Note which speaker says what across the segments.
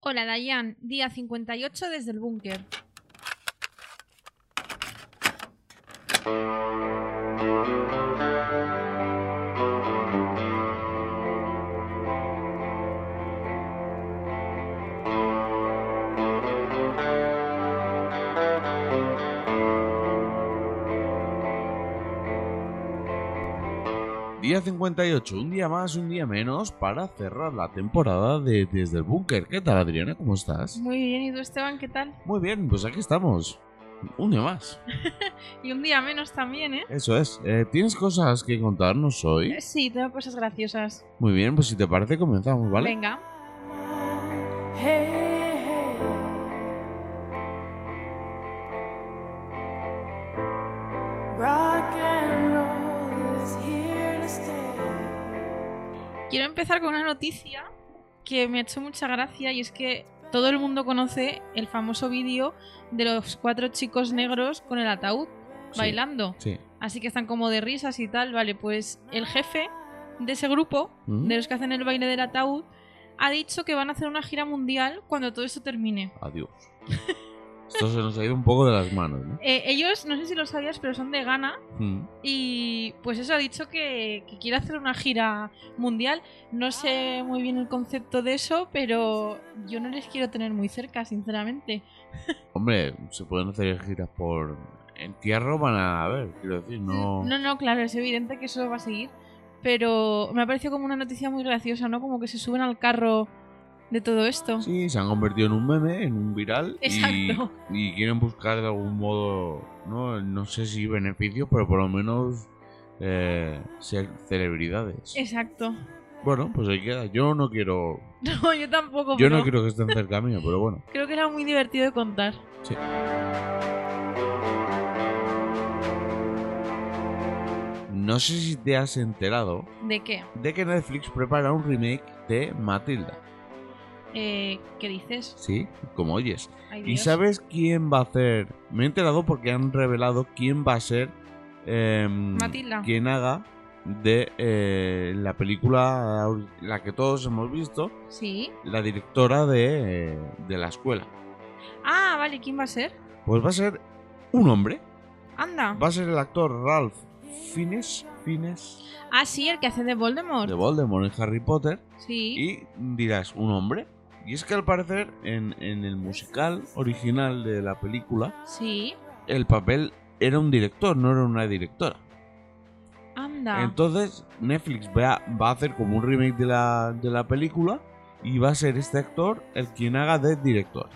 Speaker 1: Hola, Dayan. Día 58 desde el búnker.
Speaker 2: Día 58, un día más, un día menos para cerrar la temporada de Desde el Búnker. ¿Qué tal, Adriana? ¿Cómo estás?
Speaker 1: Muy bien, ¿y tú, Esteban? ¿Qué tal?
Speaker 2: Muy bien, pues aquí estamos. Un día más.
Speaker 1: Y un día menos también, ¿eh?
Speaker 2: Eso es. Eh, ¿Tienes cosas que contarnos hoy?
Speaker 1: Eh, Sí, tengo cosas graciosas.
Speaker 2: Muy bien, pues si te parece comenzamos, ¿vale?
Speaker 1: Venga.
Speaker 3: Hey, hey. Rock and roll is here to stay.
Speaker 1: Quiero empezar con una noticia que me ha hecho mucha gracia y es que todo el mundo conoce el famoso vídeo de los cuatro chicos negros con el ataúd
Speaker 2: Sí,
Speaker 1: bailando.
Speaker 2: Sí.
Speaker 1: Así que están como de risas y tal, vale, pues el jefe de ese grupo,
Speaker 2: Ujú.
Speaker 1: de los que hacen el baile del ataúd, ha dicho que van a hacer una gira mundial cuando todo esto termine.
Speaker 2: Adiós. Esto se nos ha ido un poco de las manos, ¿no?
Speaker 1: Eh, ellos, no sé si lo sabías, pero son de Ghana
Speaker 2: Mm.
Speaker 1: y pues eso ha dicho que, que quiere hacer una gira mundial. No sé muy bien el concepto de eso, pero yo no les quiero tener muy cerca, sinceramente.
Speaker 2: Hombre, se pueden hacer giras por entierro, van a a ver, quiero decir, no...
Speaker 1: no, no, claro, es evidente que eso va a seguir, pero me ha parecido como una noticia muy graciosa, ¿no? Como que se suben al carro de todo esto.
Speaker 2: Sí, se han convertido en un meme, en un viral. y-
Speaker 1: Exacto.
Speaker 2: Y, quieren buscar de algún modo, no, no sé si beneficios, pero por lo menos eh, ser celebridades.
Speaker 1: Exacto.
Speaker 2: Bueno, pues ahí queda. Yo no quiero.
Speaker 1: No, yo tampoco.
Speaker 2: Yo
Speaker 1: pero
Speaker 2: no quiero que estén cerca mío, pero bueno.
Speaker 1: Creo que era muy divertido de contar.
Speaker 2: No sé si te has enterado
Speaker 1: ¿De qué?
Speaker 2: de que Netflix prepara un remake de Matilda.
Speaker 1: Eh, ¿Qué dices?
Speaker 2: Sí, como oyes.
Speaker 1: Ay,
Speaker 2: ¿Y
Speaker 1: Dios.
Speaker 2: sabes quién va a ser? Me he enterado porque han revelado quién va a ser. em,
Speaker 1: Matilda.
Speaker 2: Quien haga de eh, la película, la que todos hemos visto,
Speaker 1: Sí.
Speaker 2: la directora de, eh, de la escuela.
Speaker 1: Ah, vale, ¿quién va a ser?
Speaker 2: Pues va a ser un hombre.
Speaker 1: Anda.
Speaker 2: Va a ser el actor Ralph Fiennes, Fiennes
Speaker 1: Ah, sí, el que hace de Voldemort.
Speaker 2: de Voldemort en Harry Potter.
Speaker 1: sí.
Speaker 2: Y dirás, ¿un hombre? Y es que al parecer, en, en el musical original de la película,
Speaker 1: Sí.
Speaker 2: el papel era un director, no era una directora.
Speaker 1: Anda.
Speaker 2: Entonces, Netflix va, va a hacer como un remake de la, de la película y va a ser este actor el quien haga de director.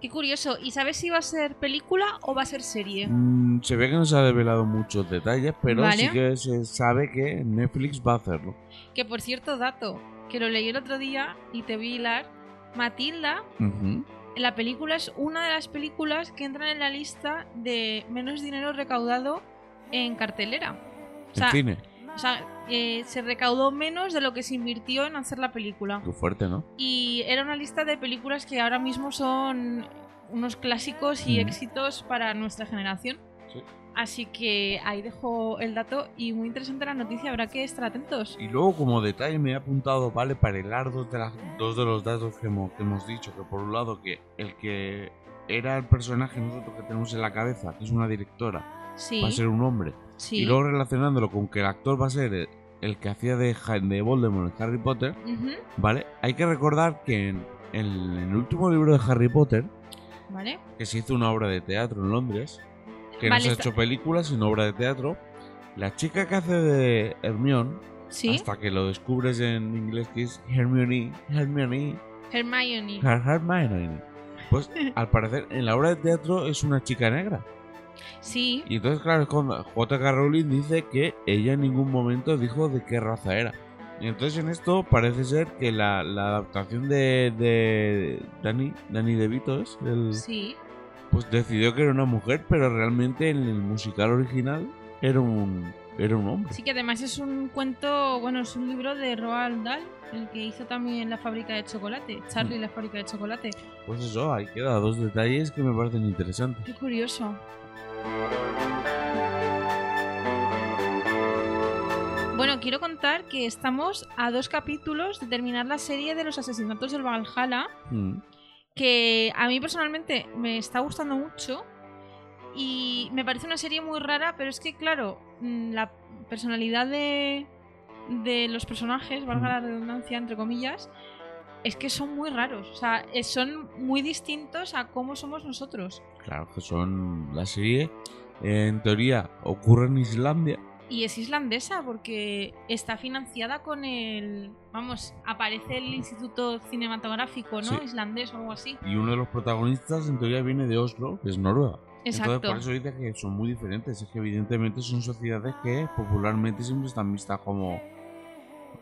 Speaker 1: Qué curioso. ¿Y sabes si va a ser película o va a ser serie?
Speaker 2: Mm, se ve que no se ha develado muchos detalles, pero
Speaker 1: Vale.
Speaker 2: sí que se sabe que Netflix va a hacerlo.
Speaker 1: Que por cierto, dato, que lo leí el otro día y te vi hilar. Matilda,
Speaker 2: Ujú.
Speaker 1: la película es una de las películas que entran en la lista de menos dinero recaudado en cartelera. O sea,
Speaker 2: en cine.
Speaker 1: O sea, eh, se recaudó menos de lo que se invirtió en hacer la película.
Speaker 2: Qué fuerte, ¿no?
Speaker 1: Y era una lista de películas que ahora mismo son unos clásicos y
Speaker 2: Ujú.
Speaker 1: éxitos para nuestra generación.
Speaker 2: Sí.
Speaker 1: Así que ahí dejo el dato y muy interesante la noticia, habrá que estar atentos.
Speaker 2: Y luego, como detalle, me he apuntado, ¿vale? Para hilar dos de, las, dos de los datos que hemos, que hemos dicho. Que por un lado, que el que era el personaje nosotros que tenemos en la cabeza, que es una directora,
Speaker 1: Sí,
Speaker 2: va a ser un hombre.
Speaker 1: sí.
Speaker 2: Y luego relacionándolo con que el actor va a ser el, el que hacía de, Ha- de Voldemort en Harry Potter,
Speaker 1: Ujú,
Speaker 2: ¿vale? Hay que recordar que en, el- en el último libro de Harry Potter,
Speaker 1: ¿Vale?
Speaker 2: que se hizo una obra de teatro en Londres, que no
Speaker 1: Vale,
Speaker 2: se ha
Speaker 1: está-
Speaker 2: hecho película, sino obra de teatro, la chica que hace de Hermione,
Speaker 1: Sí,
Speaker 2: hasta que lo descubres en inglés que es Hermione, Hermione,
Speaker 1: Hermione.
Speaker 2: Her- Hermione, pues al parecer en la obra de teatro es una chica negra.
Speaker 1: Sí,
Speaker 2: Y entonces, claro, es cuando J.K. Rowling dice que ella en ningún momento dijo de qué raza era. Y entonces en esto parece ser que la, la adaptación de, de Dani, Dani DeVito es, el-
Speaker 1: sí.
Speaker 2: pues decidió que era una mujer, pero realmente en el musical original era un, era un hombre.
Speaker 1: Sí que además es un cuento, bueno, es un libro de Roald Dahl, el que hizo también La fábrica de chocolate, Charlie y la fábrica de chocolate.
Speaker 2: Pues eso, ahí queda dos detalles que me parecen interesantes.
Speaker 1: Qué curioso. Bueno, quiero contar que estamos a dos capítulos de terminar la serie de los asesinatos del Valhalla,
Speaker 2: Mm.
Speaker 1: que a mí personalmente me está gustando mucho y me parece una serie muy rara, pero es que, claro, mm, la personalidad de, de los personajes, valga la redundancia, entre comillas, es que son muy raros. O sea, eh, son muy distintos a cómo somos nosotros.
Speaker 2: Claro que son la serie. En teoría ocurre en Islandia.
Speaker 1: Y es islandesa porque está financiada con el. Vamos, aparece el Instituto Cinematográfico, ¿no?
Speaker 2: Sí.
Speaker 1: Islandés o algo así.
Speaker 2: Y uno de los protagonistas en teoría viene de Oslo, que es Noruega. Entonces
Speaker 1: Exacto.
Speaker 2: por eso dice que son muy diferentes. Es que evidentemente son sociedades que popularmente siempre están vistas como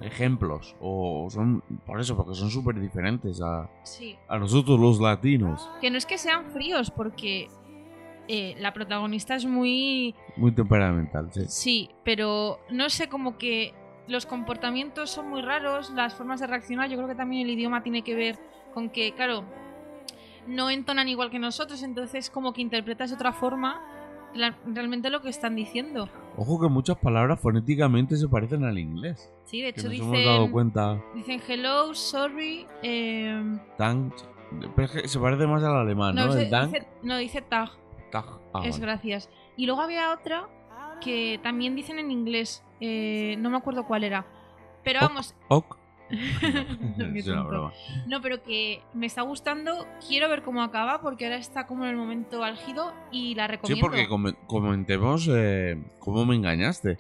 Speaker 2: ejemplos. O son por eso, porque son súper diferentes a,
Speaker 1: Sí.
Speaker 2: a nosotros los latinos.
Speaker 1: Que no es que sean fríos porque eh, la protagonista es muy.
Speaker 2: Muy temperamental, sí.
Speaker 1: Sí, pero no sé, como que los comportamientos son muy raros, las formas de reaccionar, yo creo que también el idioma tiene que ver con que, claro, no entonan igual que nosotros, entonces como que interpretas de otra forma la- realmente lo que están diciendo.
Speaker 2: Ojo que muchas palabras fonéticamente se parecen al inglés.
Speaker 1: Sí, de
Speaker 2: Que
Speaker 1: hecho
Speaker 2: nos hemos dado
Speaker 1: dicen,
Speaker 2: cuenta.
Speaker 1: dicen hello, sorry, eh,
Speaker 2: Tan, pero es que se parece más al alemán, Ah, ¿no?
Speaker 1: no,
Speaker 2: El
Speaker 1: dice,
Speaker 2: dank,
Speaker 1: dice- no, dice tag,
Speaker 2: tag. Ah,
Speaker 1: es
Speaker 2: vale.
Speaker 1: gracias. Y luego había otra que también dicen en inglés, eh, no me acuerdo cuál era, pero
Speaker 2: Ok.
Speaker 1: vamos,
Speaker 2: Ok.
Speaker 1: Qué
Speaker 2: Oh. es una
Speaker 1: tonto.
Speaker 2: broma.
Speaker 1: No, pero que me está gustando. Quiero ver cómo acaba porque ahora está como en el momento álgido y la
Speaker 2: Sí,
Speaker 1: recomiendo.
Speaker 2: porque come- comentemos eh, cómo me engañaste.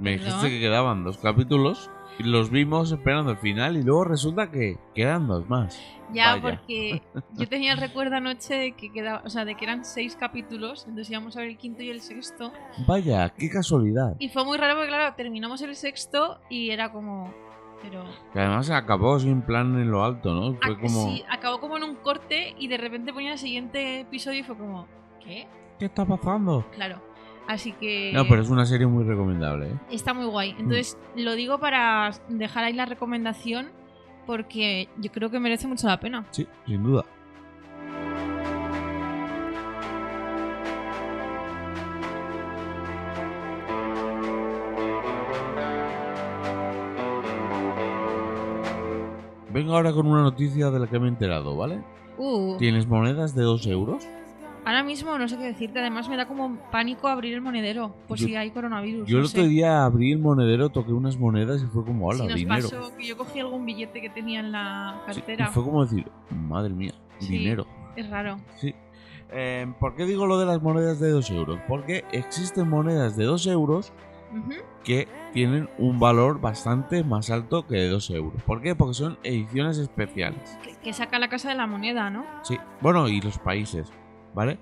Speaker 2: Me
Speaker 1: Perdón.
Speaker 2: dijiste que quedaban dos capítulos y los vimos esperando el final y luego resulta que quedan dos más.
Speaker 1: ya,
Speaker 2: Vaya.
Speaker 1: porque yo tenía el recuerdo anoche de que quedaba, o sea, de que eran seis capítulos, entonces íbamos a ver el quinto y el sexto.
Speaker 2: Vaya, qué casualidad.
Speaker 1: Y fue muy raro porque, claro, terminamos el sexto y era como. Pero
Speaker 2: Que además se acabó sin plan en lo alto, ¿no?
Speaker 1: Ah,
Speaker 2: Fue como,
Speaker 1: sí, acabó como en un corte y de repente ponía el siguiente episodio y fue como, ¿qué?
Speaker 2: ¿qué está pasando?
Speaker 1: Claro. Así que.
Speaker 2: No, pero es una serie muy recomendable, ¿eh?
Speaker 1: Está muy guay. Entonces, lo digo para dejar ahí la recomendación porque yo creo que merece mucho la pena.
Speaker 2: Sí, sin duda. Vengo ahora con una noticia de la que me he enterado, ¿vale?
Speaker 1: Uh,
Speaker 2: ¿Tienes monedas de 2 euros?
Speaker 1: ahora mismo no sé qué decirte. Además, me da como pánico abrir el monedero por
Speaker 2: Yo-
Speaker 1: si hay coronavirus.
Speaker 2: Yo
Speaker 1: no
Speaker 2: el
Speaker 1: sé.
Speaker 2: otro día abrí el monedero, toqué unas monedas y fue como, hola,
Speaker 1: si nos
Speaker 2: dinero.
Speaker 1: pasó que yo cogí algún billete que tenía en la
Speaker 2: Sí,
Speaker 1: cartera.
Speaker 2: y fue como decir, madre mía,
Speaker 1: Sí.
Speaker 2: dinero.
Speaker 1: Es raro.
Speaker 2: Sí. Eh, ¿Por qué digo lo de las monedas de 2 euros? Porque existen monedas de 2 euros
Speaker 1: Ujú.
Speaker 2: que tienen un valor bastante más alto que de 2 euros. ¿Por qué? Porque son ediciones especiales.
Speaker 1: que, que saca la casa de la moneda, ¿no?
Speaker 2: Sí. Bueno, y los países, ¿vale?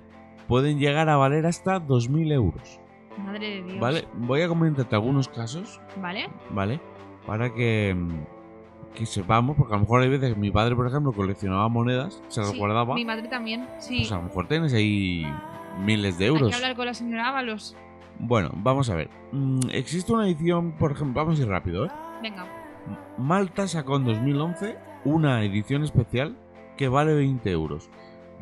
Speaker 2: Pueden llegar a valer hasta 2.000 euros,
Speaker 1: Madre de Dios.
Speaker 2: ¿vale? Voy a comentarte algunos casos,
Speaker 1: ¿Vale?
Speaker 2: ¿vale? Para que, mm, que sepamos, porque a lo mejor hay veces que mi padre, por ejemplo, coleccionaba monedas, se las
Speaker 1: Sí,
Speaker 2: guardaba,
Speaker 1: Mi madre también. Sí.
Speaker 2: pues a lo mejor tienes ahí miles de
Speaker 1: hay
Speaker 2: euros.
Speaker 1: que hablar con la señora Ábalos.
Speaker 2: Bueno, vamos a ver. Mm, existe una edición, por ejemplo, vamos a ir rápido, ¿eh?
Speaker 1: Venga.
Speaker 2: Malta sacó en 2011 una edición especial que vale 20 euros.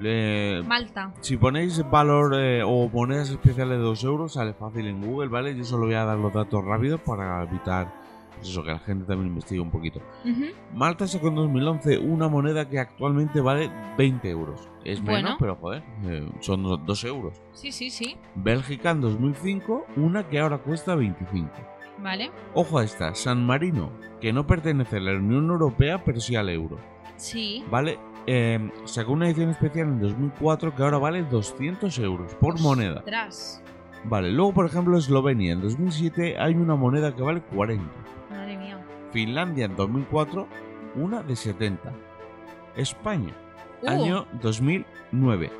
Speaker 2: Le-
Speaker 1: Malta.
Speaker 2: si ponéis valor eh, o monedas especiales de 2 euros, sale fácil en Google, ¿vale? Yo solo voy a dar los datos rápidos para evitar pues eso, que la gente también investigue un poquito.
Speaker 1: Ujú.
Speaker 2: Malta sacó en 2011 una moneda que actualmente vale 20 euros. Es menos,
Speaker 1: Bueno.
Speaker 2: pero joder, eh, son 2 euros.
Speaker 1: Sí, sí, sí.
Speaker 2: Bélgica en 2005, una que ahora cuesta 25.
Speaker 1: Vale.
Speaker 2: Ojo a esta, San Marino, que no pertenece a la Unión Europea, pero sí al euro,
Speaker 1: Sí.
Speaker 2: ¿vale? Eh, sacó una edición especial en 2004 que ahora vale 200 euros por moneda.
Speaker 1: Ostras.
Speaker 2: Vale, luego por ejemplo Eslovenia, en 2007 hay una moneda que vale 40.
Speaker 1: Madre mía.
Speaker 2: Finlandia en 2004, una de 70. España,
Speaker 1: Uh,
Speaker 2: año 2009.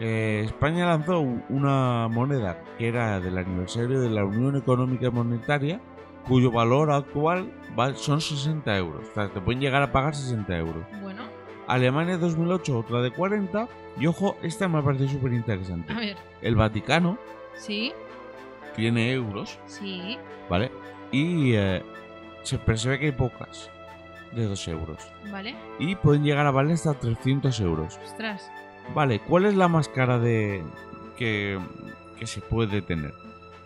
Speaker 2: Eh, España lanzó u- una moneda que era del aniversario de la Unión Económica y Monetaria, cuyo valor actual va- son 60 euros. O sea, te pueden llegar a pagar 60 euros.
Speaker 1: Bueno,
Speaker 2: Alemania 2008, otra de 40. Y ojo, esta me parece súper
Speaker 1: a
Speaker 2: interesante.
Speaker 1: ver.
Speaker 2: El Vaticano
Speaker 1: Sí,
Speaker 2: tiene euros,
Speaker 1: sí.
Speaker 2: ¿vale? Y eh, se percibe que hay pocas de 2 euros.
Speaker 1: Vale.
Speaker 2: Y pueden llegar a valer hasta 300 euros.
Speaker 1: Ostras.
Speaker 2: Vale, ¿cuál es la más cara de que, que se puede tener?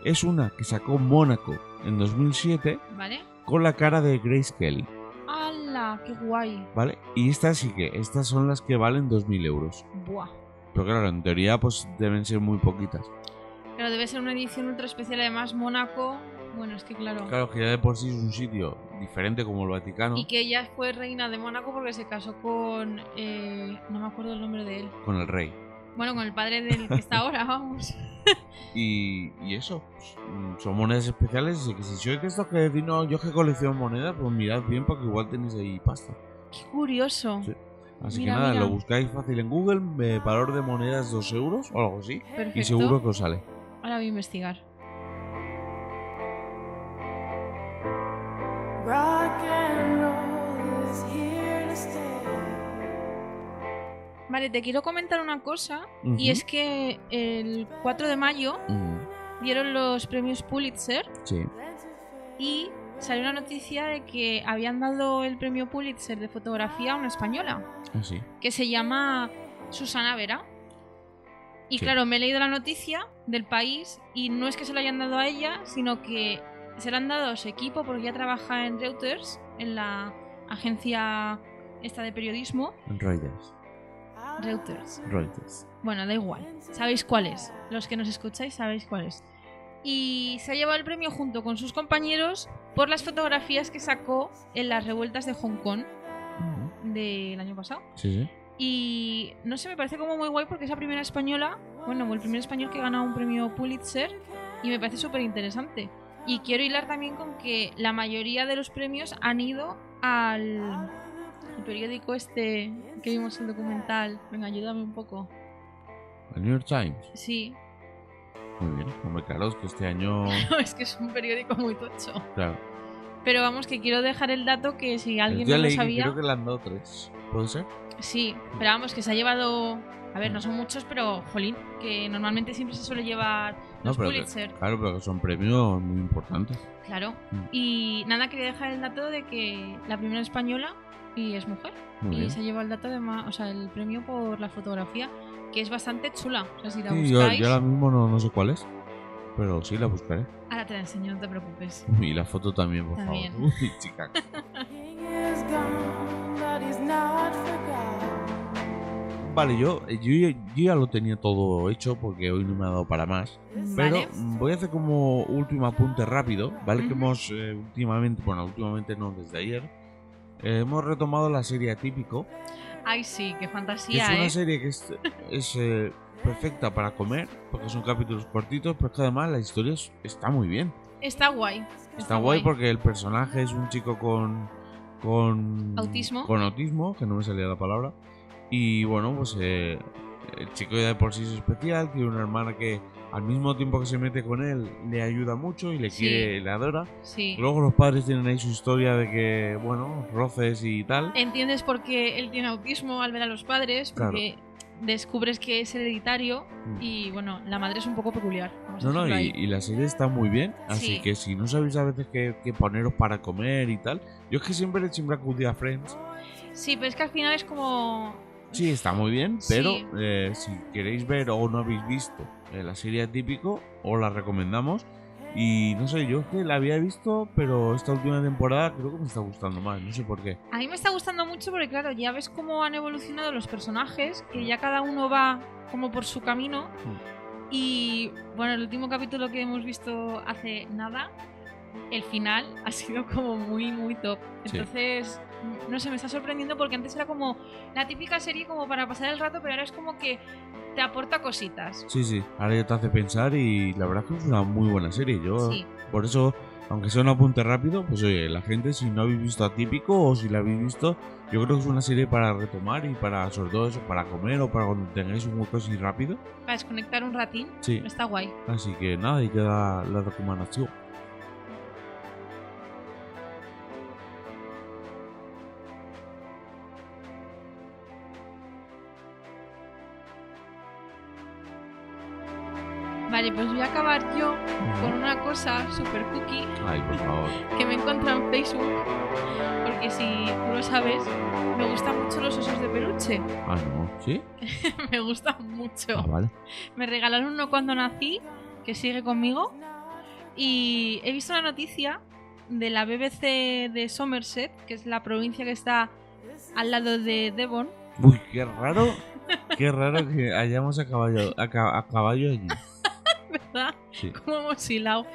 Speaker 2: Es una que sacó Mónaco en 2007
Speaker 1: Vale.
Speaker 2: con la cara de Grace Kelly.
Speaker 1: ¡Hala! Ah, qué guay.
Speaker 2: ¿vale? Y estas sí que, estas son las que valen 2.000 euros.
Speaker 1: Buah.
Speaker 2: Pero claro, en teoría pues deben ser muy poquitas.
Speaker 1: Pero debe ser una edición ultra especial, además Mónaco. Bueno, es que claro.
Speaker 2: Claro que ya de por sí es un sitio diferente como el Vaticano,
Speaker 1: Y que ella fue reina de Mónaco porque se casó con. eh, no me acuerdo el nombre de él.
Speaker 2: con el rey.
Speaker 1: Bueno, con el padre del que está ahora, vamos.
Speaker 2: Y, y eso, pues, mm, son monedas especiales. Así que si sois de estos que decís, no, yo que colecciono monedas, pues mirad bien porque igual tenéis ahí pasta.
Speaker 1: Qué curioso.
Speaker 2: Sí. Así
Speaker 1: Mira,
Speaker 2: que nada,
Speaker 1: mira.
Speaker 2: lo buscáis fácil en Google, eh, valor de monedas 2 euros o algo así.
Speaker 1: Perfecto.
Speaker 2: Y seguro que os sale.
Speaker 1: Ahora voy a investigar.
Speaker 3: Rock and roll is here to stay.
Speaker 1: Vale, te quiero comentar una cosa. Y
Speaker 2: Ujú.
Speaker 1: es que el 4 de mayo
Speaker 2: Mm,
Speaker 1: dieron los premios Pulitzer
Speaker 2: sí.
Speaker 1: y salió una noticia de que habían dado el premio Pulitzer de fotografía a una española
Speaker 2: Así.
Speaker 1: que se llama Susana Vera. Y
Speaker 2: Sí.
Speaker 1: claro, me he leído la noticia del país y no es que se lo hayan dado a ella, sino que se lo han dado a su equipo porque ella trabaja en Reuters, en la agencia esta de periodismo.
Speaker 2: Reuters.
Speaker 1: Reuters.
Speaker 2: Reuters.
Speaker 1: Bueno, da igual. Sabéis cuáles. Los que nos escucháis sabéis cuáles. Y se ha llevado el premio junto con sus compañeros por las fotografías que sacó en las revueltas de Hong Kong
Speaker 2: Ujú.
Speaker 1: del año pasado.
Speaker 2: Sí, sí.
Speaker 1: Y no sé, me parece como muy guay porque es la primera española, bueno, el primer español que gana un premio Pulitzer y me parece súper interesante. Y quiero hilar también con que la mayoría de los premios han ido al al periódico este que vimos el documental. Venga, ayúdame un poco.
Speaker 2: El New York Times.
Speaker 1: Sí,
Speaker 2: Muy bien. Hombre, claro, es que este año.
Speaker 1: No, es que es un periódico muy tocho.
Speaker 2: Claro.
Speaker 1: Pero vamos, que quiero dejar el dato que si
Speaker 2: El
Speaker 1: alguien
Speaker 2: día
Speaker 1: no lo
Speaker 2: leí que
Speaker 1: sabía.
Speaker 2: Creo que le han dado tres. ¿Puede ser?
Speaker 1: Sí, pero vamos, que se ha llevado. A ver, no son muchos, pero jolín, que normalmente siempre se suele llevar
Speaker 2: No,
Speaker 1: los
Speaker 2: pero que-
Speaker 1: Pulitzer.
Speaker 2: Claro, pero que son premios muy importantes.
Speaker 1: Claro.
Speaker 2: Mm.
Speaker 1: Y nada, quería dejar el dato de que la primera española y es mujer.
Speaker 2: Muy
Speaker 1: y
Speaker 2: bien.
Speaker 1: se ha llevado el dato de ma- o sea, el premio por la fotografía, que es bastante chula. O sea, si la
Speaker 2: Sí, yo,
Speaker 1: buscáis.
Speaker 2: yo ahora mismo no, no sé cuál es. Pero sí la buscaré.
Speaker 1: Ahora te la enseño, no te preocupes.
Speaker 2: Y la foto también, por
Speaker 1: También.
Speaker 2: favor. Uy, chica.
Speaker 3: King is gone, but he's not forgotten.
Speaker 2: Vale, yo, eh, yo, yo ya lo tenía todo hecho porque hoy no me ha dado para más. Pero
Speaker 1: Vale.
Speaker 2: mm, voy a hacer como último apunte rápido, ¿vale? Que
Speaker 1: Ujú.
Speaker 2: hemos eh, últimamente, bueno, últimamente no, desde ayer, eh, hemos retomado la serie Atípico,
Speaker 1: Ay, sí, qué
Speaker 2: que es
Speaker 1: fantasía,
Speaker 2: una
Speaker 1: ¿eh?
Speaker 2: serie que es, es, eh, perfecta para comer, porque son capítulos cortitos, pero es que además la historia es- está muy bien.
Speaker 1: Está guay.
Speaker 2: Está guay porque el personaje es un chico con. con.
Speaker 1: Autismo.
Speaker 2: Con autismo, que no me salía la palabra. Y bueno, pues eh, el chico ya de por sí es especial, tiene una hermana que al mismo tiempo que se mete con él le ayuda mucho y le
Speaker 1: Sí.
Speaker 2: quiere, le adora.
Speaker 1: Sí.
Speaker 2: Luego los padres tienen ahí su historia de que, bueno, roces y tal.
Speaker 1: Entiendes por qué él tiene autismo al ver a los padres, porque descubres que es hereditario
Speaker 2: Mm.
Speaker 1: y bueno, la madre es un poco peculiar. vamos a
Speaker 2: No, no,
Speaker 1: dejarlo
Speaker 2: y,
Speaker 1: ahí.
Speaker 2: y la serie está muy bien, así
Speaker 1: Sí.
Speaker 2: que si no sabéis a veces qué, qué poneros para comer y tal, yo es que siempre, siempre acudí a Friends
Speaker 1: Sí, pero es que al final es como.
Speaker 2: Sí, está muy bien,
Speaker 1: Sí.
Speaker 2: pero eh, si queréis ver o no habéis visto eh, la serie típico, os la recomendamos. Y no sé, yo es que la había visto, pero esta última temporada creo que me está gustando más, no sé por qué.
Speaker 1: A mí me está gustando mucho porque, claro, ya ves cómo han evolucionado los personajes, que ya cada uno va como por su camino. Y bueno, el último capítulo que hemos visto hace nada, el final ha sido como muy, muy top.
Speaker 2: Sí.
Speaker 1: Entonces, no sé, me está sorprendiendo porque antes era como la típica serie como para pasar el rato, pero ahora es como que te aporta cositas.
Speaker 2: Sí, sí, ahora ya te hace pensar y la verdad es que es una muy buena serie. Yo,
Speaker 1: Sí,
Speaker 2: por eso, aunque sea un apunte rápido, pues oye, la gente si no habéis visto Atípico o si la habéis visto, yo creo que es una serie para retomar y para, sobre todo eso, para comer o para cuando tengáis un hueco así rápido.
Speaker 1: para desconectar un ratín,
Speaker 2: Sí,
Speaker 1: está guay.
Speaker 2: así que nada, y queda la recomendación.
Speaker 1: Vale, pues voy a acabar yo con una cosa super cookie
Speaker 2: Ay, por favor.
Speaker 1: que me encuentro en Facebook, porque si tú lo sabes, me gustan mucho los osos de peluche.
Speaker 2: Ah, no. ¿Sí?
Speaker 1: me gustan mucho.
Speaker 2: Ah, vale.
Speaker 1: Me regalaron uno cuando nací, que sigue conmigo. Y he visto una noticia de la BBC de Somerset, que es la provincia que está al lado de Devon.
Speaker 2: Uy, qué raro. Qué raro que hayamos a caballo, a, ca- a caballo allí.
Speaker 1: ¿Verdad?
Speaker 2: Sí.
Speaker 1: Como hemos hilado.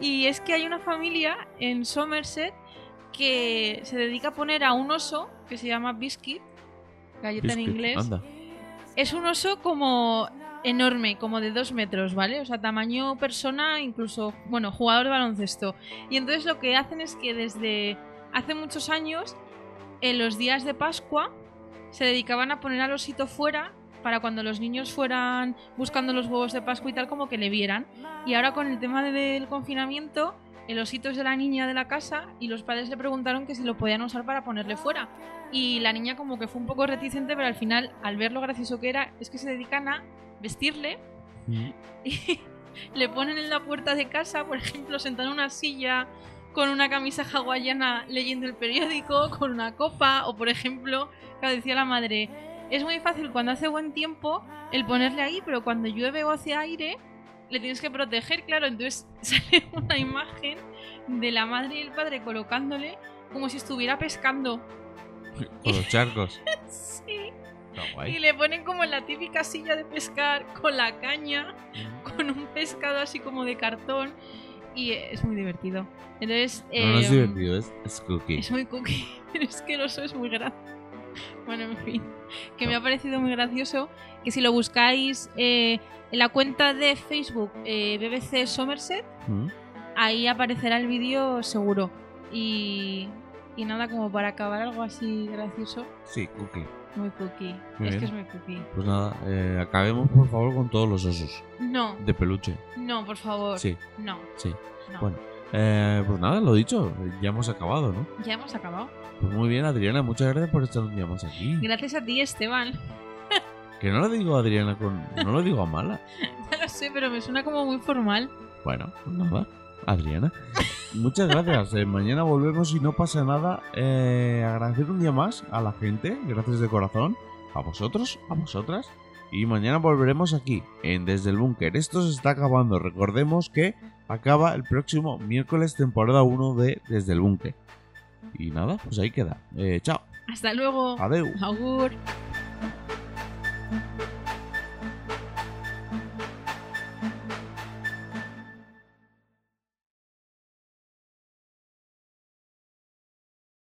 Speaker 1: Y es que hay una familia en Somerset que se dedica a poner a un oso que se llama Biscuit, galleta en
Speaker 2: Biscuit, Ah,
Speaker 1: inglés.
Speaker 2: Anda.
Speaker 1: Es un oso como enorme, como de dos metros, ¿vale? O sea, tamaño persona, incluso, bueno, jugador de baloncesto. Y entonces lo que hacen es que desde hace muchos años, en los días de Pascua, se dedicaban a poner al osito fuera para cuando los niños fueran buscando los huevos de Pascua y tal, como que le vieran. Y ahora con el tema de- del confinamiento, el osito es de la niña de la casa y los padres le preguntaron que si lo podían usar para ponerle fuera. Y la niña como que fue un poco reticente, pero al final, al ver lo gracioso que era, es que se dedican a vestirle
Speaker 2: Mm.
Speaker 1: y le ponen en la puerta de casa, por ejemplo, sentado en una silla con una camisa hawaiana leyendo el periódico, con una copa, o por ejemplo, que decía la madre, es muy fácil cuando hace buen tiempo el ponerle ahí, pero cuando llueve o hace aire, le tienes que proteger, claro, entonces sale una imagen de la madre y el padre colocándole como si estuviera pescando.
Speaker 2: Por los charcos.
Speaker 1: Sí.
Speaker 2: Está
Speaker 1: Y
Speaker 2: guay.
Speaker 1: le ponen como en la típica silla de pescar con la caña, con un pescado así como de cartón. Y eh, es muy divertido. Entonces,
Speaker 2: No, no es
Speaker 1: em,
Speaker 2: divertido, es, es cookie.
Speaker 1: es muy cookie, pero es que el oso es muy gracioso. Bueno, en fin, que me ha parecido muy gracioso. Que si lo buscáis eh, en la cuenta de Facebook eh, BBC Somerset,
Speaker 2: Mm.
Speaker 1: ahí aparecerá el vídeo seguro. Y, y nada, como para acabar algo así gracioso,
Speaker 2: Sí, cookie.
Speaker 1: muy cookie. es
Speaker 2: Muy bien.
Speaker 1: que es muy cookie.
Speaker 2: Pues nada, eh, acabemos por favor con todos los osos
Speaker 1: No,
Speaker 2: de peluche.
Speaker 1: no, por favor.
Speaker 2: Sí,
Speaker 1: No,
Speaker 2: sí.
Speaker 1: no.
Speaker 2: Bueno. Eh, pues nada, lo dicho, ya hemos acabado, ¿no?
Speaker 1: Ya hemos acabado.
Speaker 2: Pues muy bien, Adriana, muchas gracias por estar un día más aquí.
Speaker 1: Gracias a ti, Esteban.
Speaker 2: Que no lo digo a Adriana con. No lo digo a mala.
Speaker 1: Ya lo sé, pero me suena como muy formal.
Speaker 2: Bueno, pues nada. Adriana. Muchas gracias. eh, mañana volvemos y no pasa nada. Eh, agradecer un día más a la gente. Gracias de corazón. A vosotros, a vosotras. Y mañana volveremos aquí, en Desde el Búnker. Esto se está acabando. Recordemos que acaba el próximo miércoles temporada 1 de Desde el Búnker. Y nada, pues ahí queda. Eh, chao.
Speaker 1: Hasta luego.
Speaker 2: Adeu.
Speaker 1: Augur.